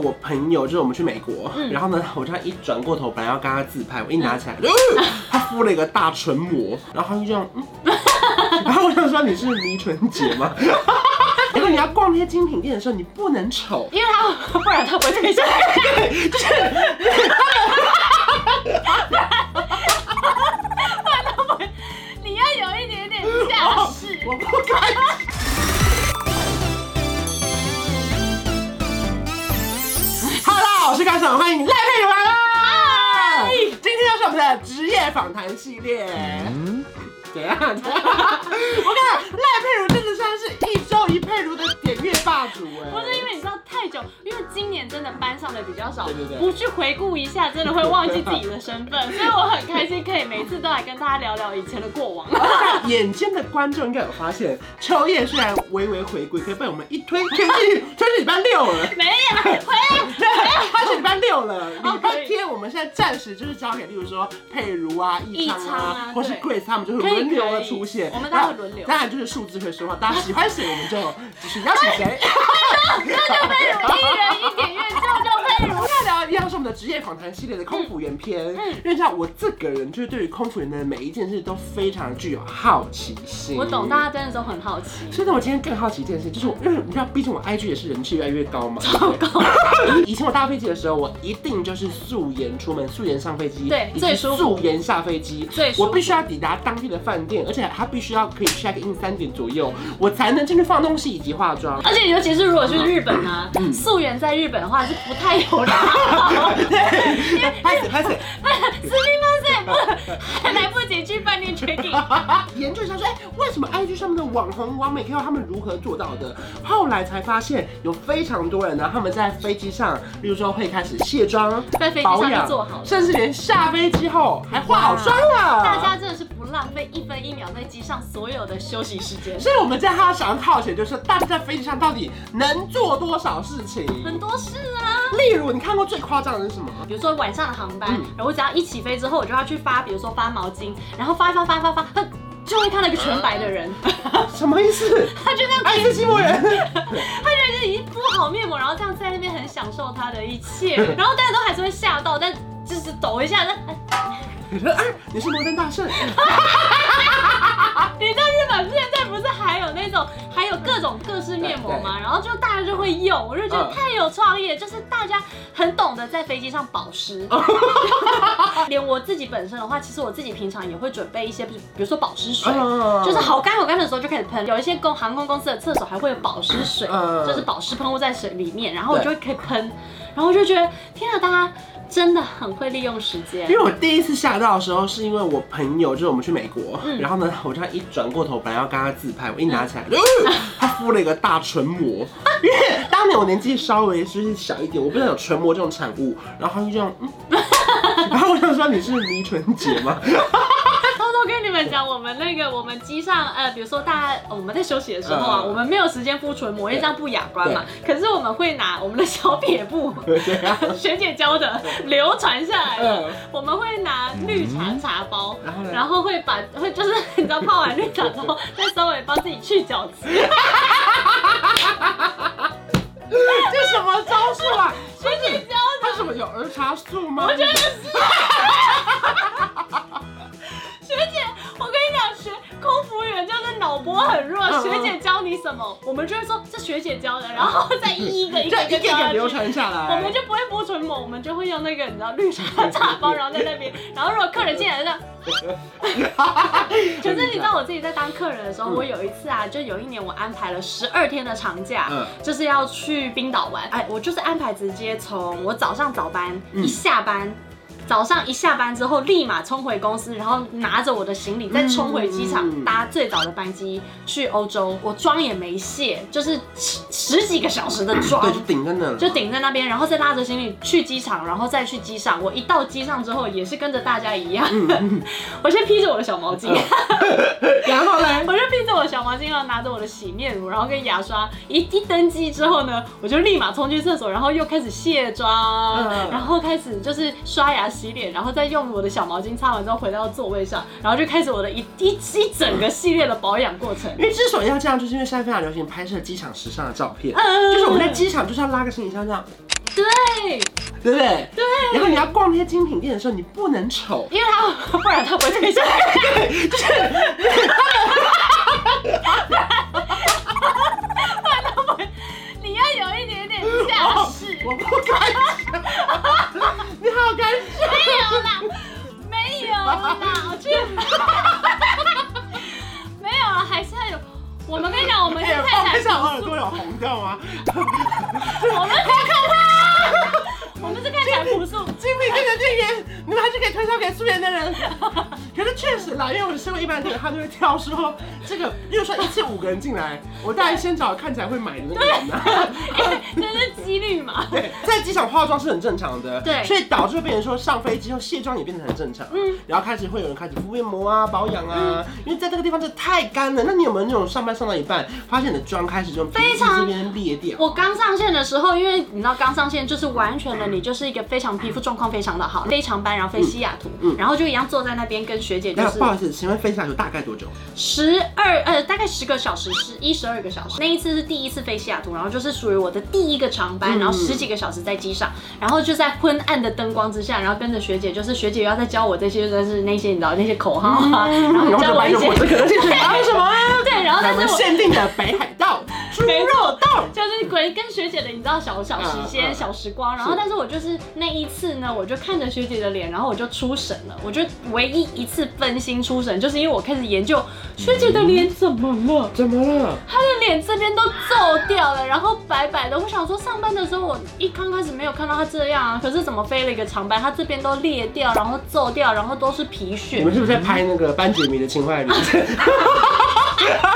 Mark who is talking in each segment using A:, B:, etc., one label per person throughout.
A: 我朋友就是我们去美国，
B: 嗯
A: 然后呢， 我这样一转过头，本来要跟他自拍，我一拿起来，就、呃他敷了一个大唇膜，然后他就这样，嗯、 然后我想说你是倪纯洁吗？ 然后你要逛那些精品店的时候，你不能丑，
B: 因为他不然他不会退下来。不然他不会你要有一点点架势。
A: 我不敢。Hello，我是高爽，欢迎赖佩如来啦！今天又是我们的职业访谈系列。啊怎样？我跟你讲，赖佩如真的算是一周一佩如的点阅霸主哎。
B: 不是因为你知道太久，因为今年真的班上的比较少，
A: 对对对
B: 不去回顾一下，真的会忘记自己的身份，所以我很开心可以每次都来跟大家聊聊以前的过往。
A: 眼尖的观众应该有发现，秋叶虽然微微回归，可是被我们一推推去推去礼拜六了。
B: 没有，回来
A: 他是礼拜六了，
B: 哦
A: 礼拜天我们现在暂时就是交给，例如说佩如啊、易昌
B: 易昌
A: 啊
B: 啊，
A: 或是
B: 对
A: Grace 他们就会轮流的出现。
B: 可以可以我们大家会轮流
A: 当然就是数字会说话，大家喜欢谁我们就继续邀请谁。
B: 就佩如一人一点阅，就就佩如。
A: 再聊一样是我们的职业访谈系列的空服员篇，因为像我这个人就是对于空服员的每一件事都非常具有好奇心。
B: 我懂，大家真的都很好奇。
A: 所以呢，我今天更好奇一件事，就是我，因为你知道，毕竟我 IG 也是人气越来越高嘛。
B: 高
A: 以前我搭飞机的时候，我一定就是素颜出门，素颜上飞机，
B: 对
A: 以及
B: 最舒服
A: 素颜下飞机，
B: 最舒服
A: 我必须要抵达当地的饭店，而且它必须要可以 check in 三点左右，我才能进去放东西以及化妆。
B: 而且尤其是如果去日本啊，素颜在日本的话是不太有 礼貌，
A: 哎拍 死拍死！
B: 斯密马塞 还来不及去饭店 check in。
A: 研究一下说，哎、为什么 IG 上面的网红、网美 K 他们如何做到的？后来才发现，有非常多人呢，啊他们在飞机上，例如说会开始卸妆、
B: 在飞机上
A: 保
B: 就
A: 养
B: 做好了
A: 甚至连下飞机后还化好妆了。
B: 大家真的是不浪费一分一秒在机上所有的休息时间，
A: 所以我们在他想要好奇，就是大家在飞机上到底能做多少事情？
B: 很多事啊。
A: 例如，你看过最夸张的是什么？
B: 比如说晚上的航班
A: 嗯，
B: 然后我只要一起飞之后，我就要去发，比如说发毛巾，然后发一发发一发发，哼就会看到一个全白的人，
A: 什么意思？哎
B: 他就这样
A: 爱斯基摩人？
B: 他就是已经敷好面膜，然后这样在那边很享受他的一切，然后大家都还是会吓到，但就是抖一下，但
A: 你说啊，你是摩登大圣？
B: 啊你知道日本现在不是还有那种还有各种各式面膜吗？然后就大家就会用，我就觉
A: 嗯
B: 得太有创意了，就是大家很懂得在飞机上保 湿。连我自己本身的话，其实我自己平常也会准备一些，比比如说保湿水。
A: 嗯
B: 就是好干好干的时候就开始喷，有一些公航空公司的厕所还会有保湿水，
A: 嗯
B: 就是保湿喷雾在水里面，然后我就会可以喷，然后我就觉得天啊，大家真的很会利用时间
A: 因。为我第一次吓到的时候，是因为我朋友，就是我们去美国，
B: 嗯
A: 然后呢，我这样一转过头，本来要跟他自拍，我一拿起来，
B: 嗯
A: 呃他敷了一个大唇膜，因为当年我年纪稍微就是小一点，我不知道有唇膜这种产物，然后他就这样，嗯， 然后我想说你是倪纯洁吗？
B: 偷偷跟你们讲，我们那个我们机上呃，比如说大家我们在休息的时候啊，
A: 嗯
B: 我们没有时间敷唇膜，因为这样不雅观嘛。可是我们会拿我们的小撇布，
A: 对啊，
B: 学姐教的，流传下来的。
A: 嗯，
B: 我们会拿绿茶茶包，
A: 然后呢
B: 然后会把会就是你知道泡完绿茶之后，再稍微帮自己去角质。
A: 这什么招数啊？
B: 学姐教的，
A: 他什么有儿茶素吗？
B: 我觉得是。学姐，我跟你讲，学空服员就是脑波很
A: 嗯
B: 弱。
A: 嗯
B: 学姐教你什么，我们就会说这学姐教的，然后再一 一个一个
A: 嗯这
B: 一
A: 一个
B: 个
A: 一
B: 教下
A: 个
B: 去
A: 流。传下来，
B: 我们就不会敷唇膜，我们就会用那个你知道绿茶茶包，然后在 那边，然后如果客人进来的，可是你知道我自己在当客人的时候，
A: 嗯
B: 我有一次啊，就有一年我安排了十二天的长假，
A: 嗯
B: 就是要去冰岛玩。哎，我就是安排直接从我早上早班、
A: 嗯
B: 一下班。早上一下班之后，立马冲回公司，然后拿着我的行李再冲回机场，
A: 嗯
B: 搭最早的班机去欧洲。我妆也没卸，就是十十几个小时的妆，
A: 对，就顶在那了，
B: 就顶在那边，然后再拉着行李去机场，然后再去机上。我一到机上之后，也是跟着大家一样，
A: 嗯
B: 我先披着我的小毛巾，
A: 然后嘞，
B: 我就披着我的小毛巾，然后拿着我的洗面乳，然后跟牙刷。一一登机之后呢，我就立马冲去厕所，然后又开始卸妆，
A: 嗯
B: 然后开始就是刷牙洗脸，然后再用我的小毛巾擦完之后回到座位上，然后就开始我的一一一整个系列的保养过程。
A: 因为之所以要这样，就是因为现在非常流行拍摄机场时尚的照片，
B: 嗯
A: 就是我们在机场就是要拉个行李箱这样，
B: 对
A: 对不对？
B: 对，
A: 然后你要逛那些精品店的时候，你不能 丑，
B: 因为他不然他不会退下来。不然他不会你要有一点点架势，
A: 哦我不敢讲。 你好敢讲，
B: 没有啦，没有啦，我去，没有啦，还是要有。我们跟你讲，我们是
A: 哎，
B: 太
A: 放
B: 太
A: 一，下我耳朵有红啊掉吗？
B: 我们好可怕，我们是看起来朴素，
A: 精品店的店员，你们还是可以推销给素颜的人。可是确实啦，因为我身为一般店员，他就会挑说这个，例如说一次五个人进来，我当然先找看起来会买的那个人啊。
B: 因为这是几率嘛。
A: 对，在机场化妆是很正常的，
B: 对
A: 所以导致变成说上飞机后卸妆也变得很正常，嗯，然后开始会有人开始敷面膜啊、保养
B: 嗯
A: 啊，因为在这个地方真的太干了。那你有没有那种上班上到一半，发现你的妆开始就
B: 非常
A: 这边裂掉？
B: 我刚上线的时候，因为你知道刚上线就是完全的，你就是一个非常皮肤状况非常的好，非常班，然后飞西雅图，然后就一样坐在那边跟学姐就
A: 嗯那
B: 是
A: 不好意思，请问分享有大概多久？
B: 十二呃大概十个小时，十一十二个小时。那一次是第一次飞西雅图，然后就是属于我的第一个长班，然后十几个小时在机上，然后就在昏暗的灯光之下，然后跟着学姐，就是学姐要在教我这些就是那些你知道那些口号啊，然后教
A: 就
B: 我
A: 买
B: 一些
A: 我这个，这 是为什么啊？
B: 对，然后
A: 那
B: 但
A: 我
B: 是
A: 们
B: 我。
A: 限定的北海道猪
B: 没
A: 肉冻。
B: 就是跟跟学姐的，你知道小小时
A: 嗯
B: 间、
A: 嗯
B: 小时光，然后
A: 是
B: 但是我就是那一次呢，我就看着学姐的脸，然后我就出神了。我觉得唯一一次分心出神，就是因为我开始研究学姐的脸怎么了，
A: 怎么了？
B: 她的脸这边都皱掉了，然后白白的。我想说上班的时候我一刚开始没有看到她这样啊，可是怎么飞了一个长白，她这边都裂掉，然后皱掉，然后都是皮
A: 你
B: 屑
A: 们。是不是在拍那个班杰明的情怀里？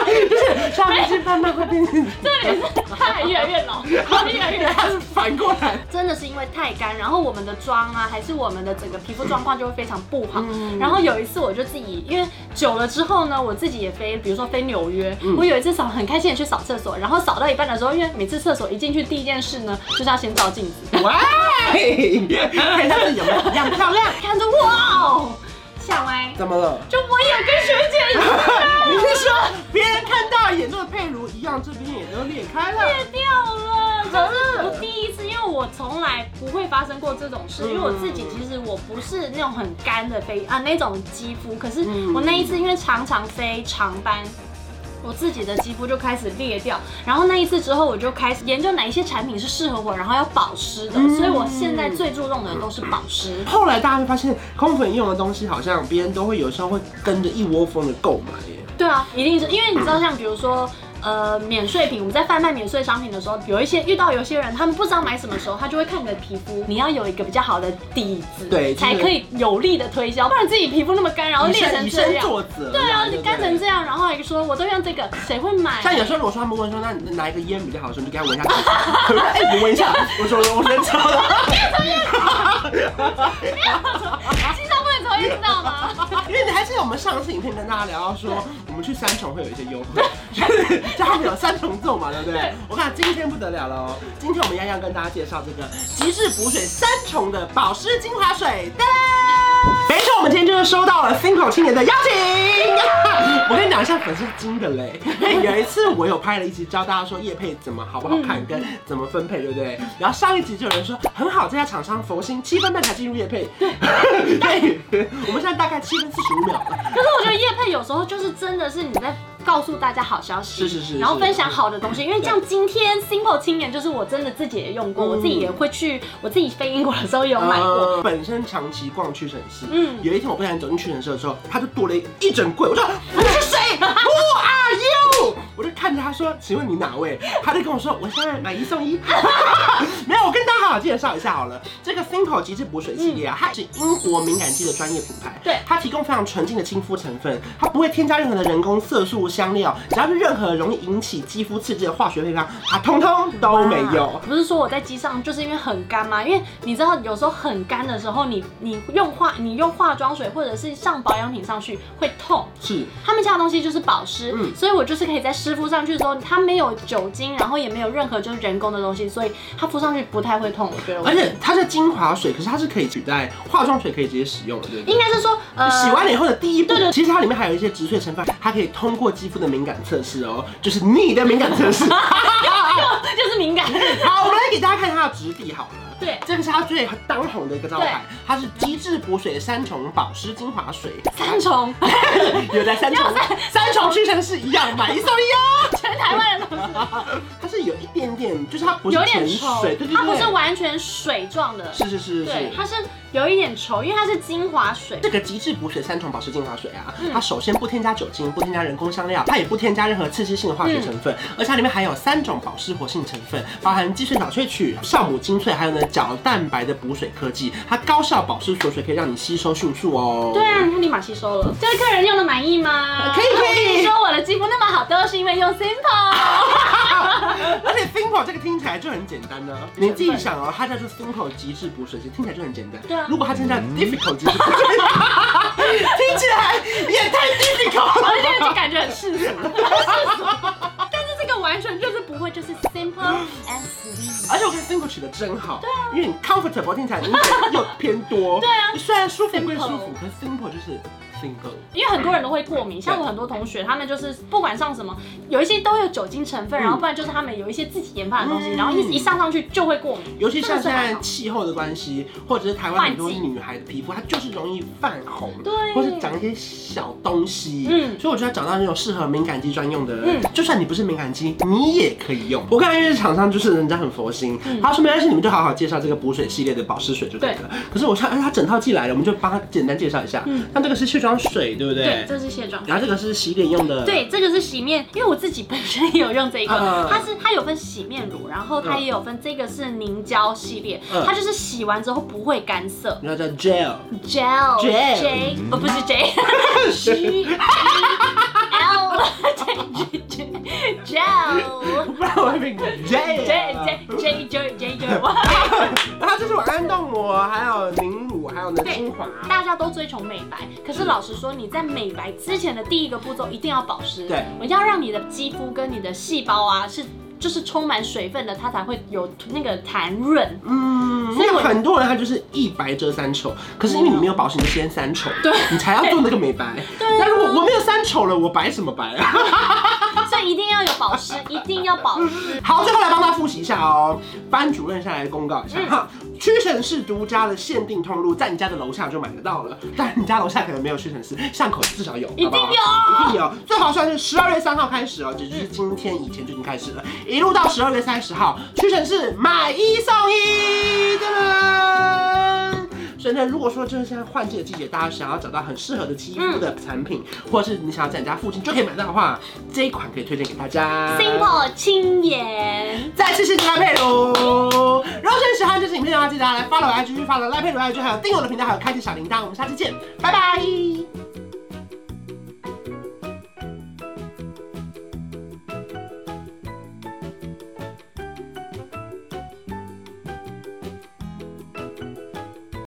A: 就是上面是慢慢会变成，
B: 这脸是太越来越老，然后越来越 老。
A: 它是反过来。
B: 真的是因为太干，然后我们的妆啊，还是我们的整个皮肤状况就会非常不好。然后有一次我就自己，因为久了之后呢，我自己也飞，比如说飞纽约，我有一次扫很开心的去扫厕所，然后扫到一半的时候，因为每次厕所一进去第一件事呢，就是要先照镜子，
A: 喂，看他们有没有一样漂 亮？
B: 看着哇哦，夏薇，
A: 怎么了？
B: 就我也跟学姐一 样
A: 你是说别人看到眼中的佩如一样，这边也都裂开
B: 裂
A: 了？
B: 掉了，就是我第一次，因为我从来不会发生过这种事，因为我自己其实我不是那种很干的飞啊那种肌肤，可是我那一次因为常常飞长班。我自己的肌肤就开始裂掉，然后那一次之后，我就开始研究哪一些产品是适合我，然后要保湿的，所以我现在最注重的都是保湿。
A: 后来大家会发现，空粉用的东西好像别人都会有时候会跟着一窝蜂的购买耶。
B: 对啊，一定是因为你知道，像比如说。呃，免税品，我们在贩卖免税商品的时候，有一些遇到有些人，他们不知道买什么时候，他就会看你的皮肤，你要有一个比较好的底子，
A: 对就是
B: 才可以有力的推销，不然自己皮肤那么干，然后
A: 以
B: 哦裂
A: 身
B: 成
A: 以
B: 这
A: 身
B: 样，
A: 作则啦。
B: 对啊，
A: 不
B: 你干成这样，然后还说我都用这个，谁会买啊？
A: 像有时候如果说他们问说，那你拿一个烟比较好的时候，你就给他闻一下口水。我说，哎、你闻一下。我说，我人抽了。
B: 机上不能抽烟，知道吗？
A: 因为你还记得我们上次影片跟大家聊到说，我们去三重会有一些优惠，就是他们有三重奏嘛，对不对
B: 对？
A: 我看今天不得了了哦，今天我们一样跟大家介绍这个极致补水三重的保湿精华水，哒啦！没错，我们今天就是收到了 Think 青年的邀请。我跟你讲，像粉是金的嘞。因为有一次我有拍了一集，教大家说叶配怎么好不好看，跟怎么分配，对不对？然后上一集就有人说很好，这家厂商佛心七分半才进入叶配。 对，我们现在大概七分四十五秒了。
B: 可是我觉得叶配有时候就是真的是你在告诉大家好消息，
A: 是是是
B: 然后
A: 是
B: 分享好的东西，因为像今天 Simple 青年就是我真的自己也用过，
A: 嗯
B: 我自己也会去，我自己飞英国的时候也有买过。
A: 呃本身长期逛屈臣氏，
B: 嗯
A: 有一天我不小心走进屈臣氏的时候，他就多了一整柜，我说你是谁？Who are you？我就看着他说，请问你哪位？他就跟我说，我现在买一送一。 没有，我跟大家好好介绍一下好了，这个 Simple 极致补水系列啊，它是英国敏感肌的专业品牌，
B: 嗯对
A: 它提供非常纯净的亲肤成分，它不会添加任何的人工色素、香料，只要是任何容易引起肌肤刺激的化学配方，它通通都没有。
B: 不是说我在机上就是因为很干吗？因为你知道有时候很干的时候，你你用化你用化妆水或者是上保养品上去会痛。
A: 是，
B: 他们家的东西就是保湿，
A: 嗯
B: 所以我就是可以在湿敷上去的时候，它没有酒精，然后也没有任何就是人工的东西，所以它敷上去不太会痛。我觉得我
A: 而且它是精华水，可是它是可以取代化妆水，可以直接使用的，对不对
B: 应？该是说呃
A: 洗完脸后的第一步
B: 对对，
A: 其实它里面还有一些植萃成分，它可以通过肌肤的敏感测试哦，就是 你的敏感测试。
B: 就是敏感。
A: 好，我们来给大家看它的质地好了。
B: 对
A: 这个是他最当红的一个招牌，它是极致补水三重保湿精华水，
B: 三重，
A: 有在三重
B: 要在
A: 三重屈臣氏一样买一送一
B: 全台湾人都是，
A: 哦。它是有一点点，就是它不是
B: 有点
A: 纯
B: 稠
A: 水，对对对，
B: 它不是完全水状的，
A: 是是是是
B: 对，
A: 是。
B: 它是有一点稠，因为它是精华水
A: 这。个极致补水三重保湿精华水啊，
B: 嗯
A: 它首先不添加酒精，不添加人工香料，它也不添加任何刺激性的
B: 嗯
A: 化学成分，而且它里面含有三种保湿活性成分，包含肌萃脑萃取、酵母精粹，还有呢角蛋白的补水科技，它高效保湿锁水，可以让你吸收迅速哦。
B: 对啊，你看立马吸收了。这位客人用的满意吗？
A: 可以可以
B: 我跟你说我的肌肤那么好，都是因为用 Simple。
A: 而且 Simple 这个听起来就很简单呢、你自己想哦，它叫做 Simple 极致补水机，听起来就很简单。
B: 对啊
A: 如果它真的叫 Difficult 极致补水 机，听起来也太 difficult
B: 我现在
A: 了
B: 就
A: 吧。
B: 感觉很世俗，很世俗。但是这个完全就是不会，就是 Simple and Sweet。
A: 而且我觉得 Simple 取得真好，对啊，因为你 comfortable 听起来你点又偏多，
B: 对啊
A: 虽然舒服归舒
B: Simple
A: 服，可是 Simple 就是 Simple。
B: 因为很多人都会过敏，像我很多同学，他们就是不管上什么，有一些都有酒精成分，然后不然就是他们有一些自己研发的东西，
A: 嗯
B: 然后一一上上去就会过敏。
A: 尤其像现
B: 这个是还
A: 在
B: 好
A: 气候的关系，或者是台湾很多
B: 换季
A: 女孩的皮肤，它就是容易泛红，
B: 对
A: 或是长一些小东西，嗯，
B: 嗯
A: 所以我觉得找到那种适合敏感肌专用的，
B: 嗯
A: 就算你不是敏感肌，你也可以用。我看因为厂商就是人家很佛心，他说没关系，你们就好好介绍这个补水系列的保湿水就可以了。可是我想，哎，他整套寄来了，我们就帮他简单介绍一下。嗯，像这个是卸妆水，对不对？
B: 对，这是卸妆。
A: 然后这个是洗脸用的，，
B: 对，这个是洗面，因为我自己本身也有用这一
A: 嗯
B: 个，它是它有分洗面乳，然后它也有分这个是凝胶系列
A: 嗯，
B: 它就是洗完之后不会干涩
A: 然后叫 gel，
B: ，gel
A: Gel
B: J 哦不是 J G L J J Gel
A: 不然我会被
B: J J J J J J，哇
A: 然嗯后这是我安冻膜，还有凝乳，还有呢
B: 对
A: 精华。
B: 大家都追求美白，可是老实说，你在美白之前的第一个步骤一定要保湿，
A: 对，
B: 我一定要让你的肌肤跟你的细胞啊是就是充满水分的，它才会有那个弹润。
A: 嗯，因为很多人他就是一白遮三丑，可是因为你没有保险，你就先三丑，
B: 对
A: 你才要做那个美白。
B: 对啊
A: 那如果我没有三丑了，我白什么白啊？
B: 所以一定要有保湿，一定要保 湿。
A: 好，最后来帮他复习一下哦。班主任下来公告一
B: 嗯
A: 下，哈，屈臣氏独家的限定通路，在你家的楼下就买得到了， 但你家楼下可能没有屈臣氏，巷口至少有，
B: 一定
A: 好不好一定有。最划算是十二月三号开始哦，也就是今天以前就已经开始了，一路到十二月三十号，屈臣氏买一送一，噔噔。所以呢，如果说就是现在换季的季节，大家想要找到很适合的肌肤的产品，或者是你想要在你家附近就可以买到的话，这一款可以推荐给大家。
B: Simple 轻颜，
A: 再次谢谢赖佩如。如果喜欢这支影片的话，记得要来 follow IG、follow 赖佩如 IG，还有订阅我的频道，还有开启小铃铛。我们下期见，拜拜。